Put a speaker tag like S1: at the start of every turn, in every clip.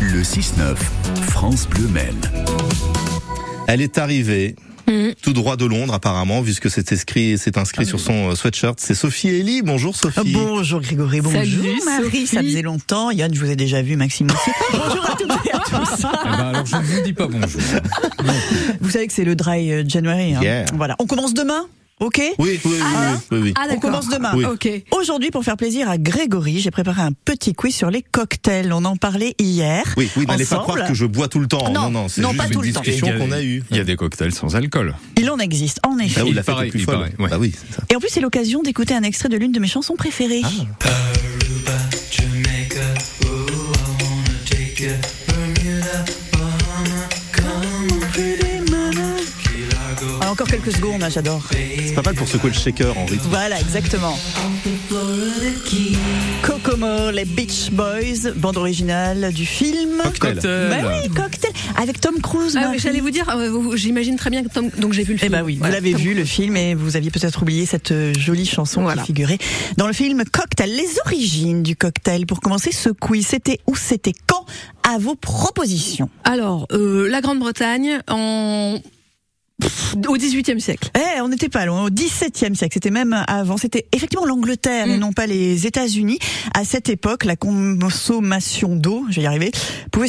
S1: Le 6-9, France Bleu Maine.
S2: Elle est arrivée
S3: Mhm.
S2: tout droit de Londres apparemment, puisque c'est inscrit, c'est inscrit sur son euh, sweatshirt. C'est Sophie Ellie. Bonjour
S4: Ah,
S2: Sophie.
S4: Bonjour Grégory, bonjour
S3: Salut,
S4: Marie, ça
S3: Sophie.
S4: faisait longtemps. Yann, je vous ai déjà vu, Maxime aussi. bonjour à toutes et à tous.
S5: Eh ben, alors je ne vous dis pas bonjour.
S4: Vous savez que c'est le dry euh, January. hein.
S2: Yeah.
S4: Voilà, on commence demain, ok
S2: Oui, oui, oui,
S3: Ah,
S2: oui, oui, oui.
S3: Ah
S4: On
S3: d'accord.
S4: commence demain.
S2: Oui.
S3: Ok.
S4: Aujourd'hui, pour faire plaisir à Grégory, j'ai préparé un petit quiz sur les cocktails. On en parlait hier.
S2: Oui, oui, n'allez pas
S4: Ensemble.
S2: croire que je bois tout le temps.
S4: Non,
S2: Non, non, c'est
S4: non,
S2: juste
S4: pas
S2: une
S4: tout le temps.
S2: discussion
S5: Et il y
S2: qu'on a eue.
S5: Il y a des cocktails sans alcool.
S4: Il en existe, en effet.
S2: Ah oui,
S5: Il
S2: la fête est
S5: paraît,
S2: plus
S5: il
S2: folle.
S5: paraît, ouais.
S2: Bah oui, c'est ça.
S4: Et en plus, c'est l'occasion d'écouter un extrait de l'une de mes chansons préférées.
S6: Aruba, Jamaica, ooh, I wanna take you. Bermuda, Bahama, come on, Key Largo,
S4: Ah, encore quelques secondes, hein, j'adore.
S2: C'est pas mal pour secouer le shaker en rythme.
S4: Voilà, exactement. Kokomo, les Beach Boys, bande originale du film.
S2: Cocktail.
S4: Bah oui, cocktail avec Tom Cruise.
S3: Ah,
S4: Marie.
S3: oui, J'allais vous dire, euh, vous- j'imagine très bien que Tom. Donc j'ai vu le
S4: Eh
S3: film.
S4: ben oui, vous
S3: Voilà.
S4: l'avez vu le film et vous aviez peut-être oublié cette euh, jolie chanson
S3: Voilà.
S4: qui figurait dans le film Cocktail. Les origines du cocktail pour commencer ce quiz, c'était où, c'était quand À vos propositions.
S3: Alors, euh, la Grande-Bretagne en Pff, au XVIIIe siècle.
S4: Eh, on n'était pas loin, au XVIIe siècle, c'était même avant, c'était effectivement l'Angleterre et
S3: Mm.
S4: non pas les États-Unis. À cette époque, la consommation d'eau, je vais y arriver, pouvait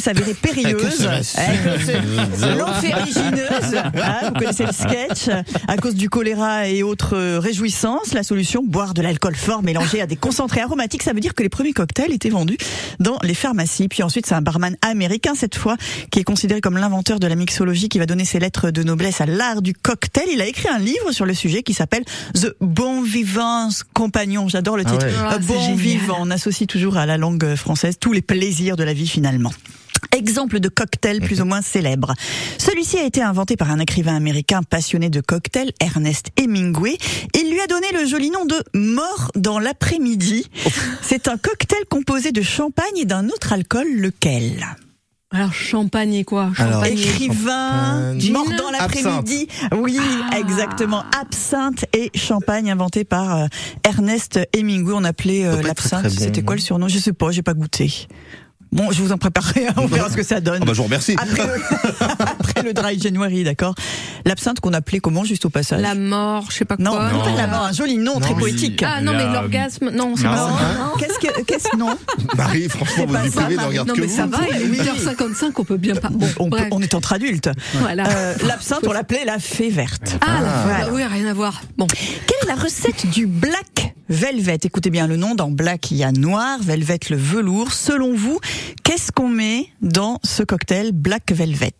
S4: s'avérer périlleuse.
S2: consommation.
S4: Eh, L'enferrigineuse, hein, vous connaissez le sketch, à cause du choléra et autres euh, réjouissances, la solution, boire de l'alcool fort mélangé à des concentrés aromatiques, ça veut dire que les premiers cocktails étaient vendus dans les pharmacies. Puis ensuite, c'est un barman américain cette fois qui est considéré comme l'inventeur de la mixologie qui va donner ses lettres de noblesse à l'art du cocktail. Il a écrit un livre sur le sujet qui s'appelle The Bon Vivant Compagnon. J'adore le
S2: Ah
S4: titre.
S2: ouais.
S3: Ah,
S4: Euh,
S3: c'est
S4: bon
S3: génial.
S4: vivant, on associe toujours à la langue française tous les plaisirs de la vie finalement. Exemple de cocktail plus ou moins célèbre. Celui-ci a été inventé par un écrivain américain passionné de cocktail, Ernest Hemingway. Il lui a donné le joli nom de mort dans l'après-midi. C'est un cocktail composé de champagne et d'un autre alcool, lequel
S3: Alors champagne et quoi
S2: Alors,
S3: Champagne. et-
S4: Écrivain,
S2: Champagne.
S4: mort
S3: Gin.
S4: dans l'après-midi. Oui,
S3: Ah.
S4: exactement. Absinthe et champagne inventé par euh, Ernest Hemingway. On appelait euh,
S2: Ça doit pas être très,
S4: l'absinthe.
S2: très bon. hein.
S4: C'était quoi le surnom Je sais pas, j'ai pas goûté. Bon, je vous en préparerai, un, on verra ce que ça donne.
S2: Ah bah je vous remercie.
S4: après, le, après le dry January, d'accord. L'absinthe qu'on appelait comment juste au passage
S3: La mort, je sais pas
S4: Non,
S3: quoi.
S4: non, pas la mort, un joli
S2: Non,
S4: nom très
S2: mais- Ah, hein?
S4: poétique.
S3: Ah non, mais
S5: La-
S3: l'orgasme, non, c'est
S5: Non.
S3: pas
S4: Non,
S3: ça.
S4: Qu'est-ce que qu'est-ce non
S2: Marie, franchement, vous
S4: pas
S2: vous
S4: ça,
S2: privez de
S4: Marie.
S2: regarder
S3: Non,
S2: que
S3: mais ça
S2: vous.
S3: va, il
S4: Oui.
S3: est 8h55, on peut bien pas. Bon,
S4: on, peut-
S3: bref,
S4: on est entre adultes.
S3: voilà.
S4: Euh, L'absinthe, on l'appelait la fée verte.
S3: Ah, la-
S4: Voilà.
S3: bah oui, rien à voir. Bon,
S4: Quelle est la recette du black velvet Écoutez bien le nom, dans black il y a noir, velvet le velours. Selon vous, qu'est-ce qu'on met dans ce cocktail black velvet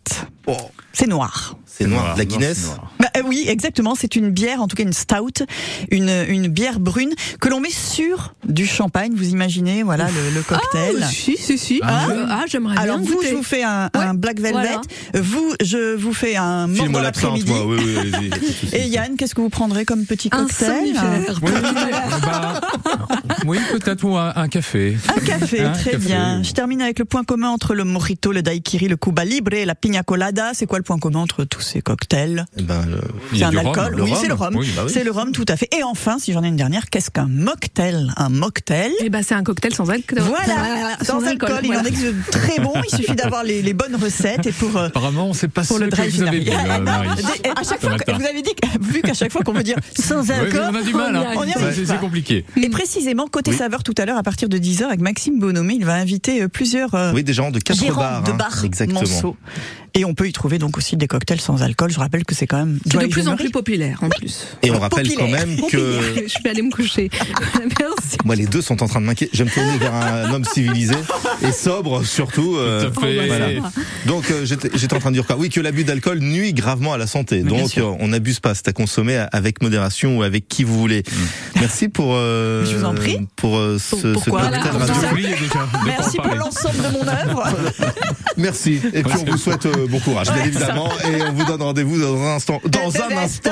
S4: C'est noir.
S2: C'est noir, de la
S5: noir, c'est
S2: Guinness.
S5: noir.
S4: Bah, euh, oui, exactement, c'est une bière, en tout cas une stout, une, une bière brune que l'on met sur du champagne, vous imaginez, voilà le, le cocktail.
S3: si, si, si. Ah, euh, ah, j'aimerais bien.
S4: Alors vous,
S3: goûter.
S4: je vous fais un, un black velvet,
S3: voilà.
S4: vous, je vous fais un mort
S2: Filme
S4: dans
S2: l'absinthe,
S4: l'après-midi.
S2: moi. Oui, oui, allez-y, pas de soucis.
S4: Et Yann, qu'est-ce que vous prendrez comme petit
S3: un
S4: cocktail
S3: somnifère.
S5: Oui, bah, oui, peut-être ou un, un café.
S4: Un café,
S5: Un
S4: très
S5: café.
S4: bien. Je termine avec le point commun entre le mojito, le daiquiri, le cuba libre et la pina colada. C'est quoi le point commun entre tous ces cocktails
S2: Eh ben, le-
S5: Il y
S4: C'est
S5: a
S4: un
S5: du rhum,
S4: alcool,
S2: le
S4: oui, c'est le
S2: rhum.
S4: rhum.
S5: Oui, bah oui.
S4: C'est le rhum, tout à fait. Et enfin, si j'en ai une dernière, qu'est-ce qu'un mocktail Un mocktail
S3: Eh ben, c'est un cocktail sans alcool.
S4: voilà, euh, sans, alcool, il en
S3: voilà.
S4: existe de très bon, il suffit d'avoir les, les bonnes recettes et pour... euh,
S5: Apparemment, on sait pas
S4: Pour
S5: ce
S4: le
S5: que
S4: dry
S5: vous avez bu,
S4: January.
S5: euh, Marie.
S4: des- à chaque
S5: Ce
S4: fois, que
S5: matin.
S4: vous avez dit, que- vu qu'à chaque fois qu'on veut dire sans
S5: Ouais, mais
S4: alcool,
S5: on a du mal, hein.
S3: on y
S5: C'est-
S4: arrive
S5: c'est-
S4: pas.
S5: c'est compliqué.
S4: et précisément côté saveur tout à l'heure à partir de 10h avec Maxime Bonomé, il va inviter euh, plusieurs euh,
S2: Oui, des gens de quatre
S4: Gérant
S2: bars.
S4: de
S2: hein.
S4: bar
S2: Exactement.
S4: Monceau. Et on peut y trouver donc aussi des cocktails sans alcool. Je rappelle que c'est quand même
S3: C'est
S2: Bah,
S4: Dry
S3: de plus en
S4: January.
S3: plus populaire, en plus.
S2: Et on rappelle quand
S4: Populaire.
S2: même que
S3: Je vais aller me coucher. Merci.
S2: Moi, les deux sont en train de m'inquiéter. Je vais me tourner vers un homme civilisé et sobre, surtout. euh,
S5: Tout à fait.
S2: voilà. Donc, euh, j'étais j'étais en train de dire quoi Oui, que l'abus d'alcool nuit gravement à la santé.
S4: bien
S2: Donc,
S4: sûr.
S2: euh, on n'abuse pas. C'est à consommer avec modération ou avec qui vous voulez. Merci pour. euh,
S4: Je vous en prie.
S2: Pour euh, ce,
S4: Pour-
S2: ce
S4: pourquoi
S2: cocktail
S4: Voilà,
S5: J'ai
S4: pour
S2: radio.
S4: ça.
S5: oublié déjà de
S4: Merci
S5: quoi en
S4: pour
S5: parler.
S4: l'ensemble de mon œuvre.
S2: Merci. Et puis, on vous souhaite euh, bon courage, bien
S4: Ouais,
S2: évidemment. Et on vous donne rendez-vous dans un instant. Dans un instant.